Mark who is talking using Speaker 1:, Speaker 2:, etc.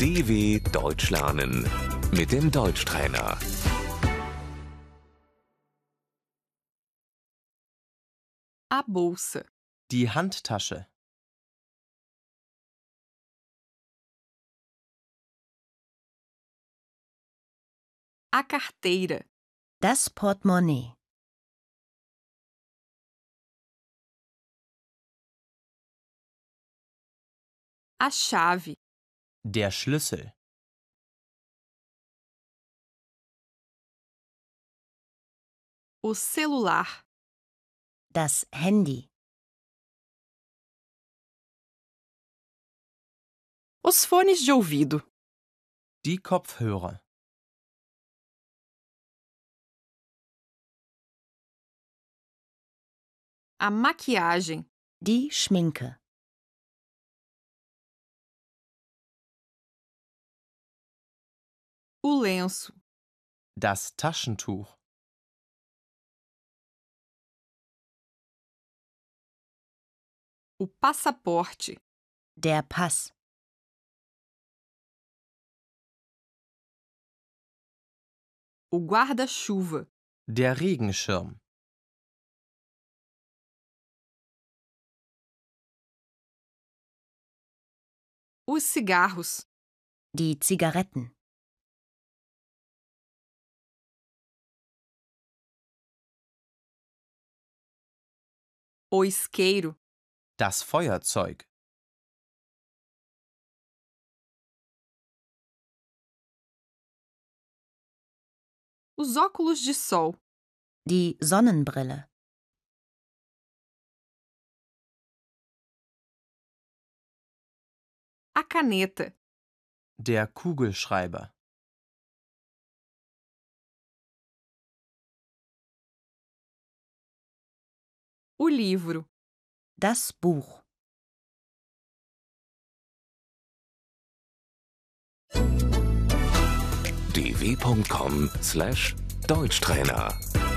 Speaker 1: DW Deutsch lernen mit dem Deutschtrainer.
Speaker 2: A bolsa,
Speaker 3: Die Handtasche.
Speaker 2: a carteira,
Speaker 4: Das Portemonnaie.
Speaker 2: a chave,
Speaker 3: Der Schlüssel.
Speaker 2: o celular,
Speaker 4: Das Handy.
Speaker 2: os fones de ouvido,
Speaker 3: Die Kopfhörer.
Speaker 2: a maquiagem,
Speaker 4: Die Schminke.
Speaker 2: o lenço,
Speaker 3: Das Taschentuch.
Speaker 2: o passaporte,
Speaker 4: Der Pass.
Speaker 2: o guarda-chuva,
Speaker 3: Der Regenschirm.
Speaker 2: os cigarros,
Speaker 4: Die Zigaretten.
Speaker 2: o isqueiro,
Speaker 3: Das Feuerzeug.
Speaker 2: os óculos de sol,
Speaker 4: Die Sonnenbrille.
Speaker 2: a caneta,
Speaker 3: Der Kugelschreiber.
Speaker 2: o livro,
Speaker 4: Das Buch.
Speaker 1: dw.com/deutschtrainer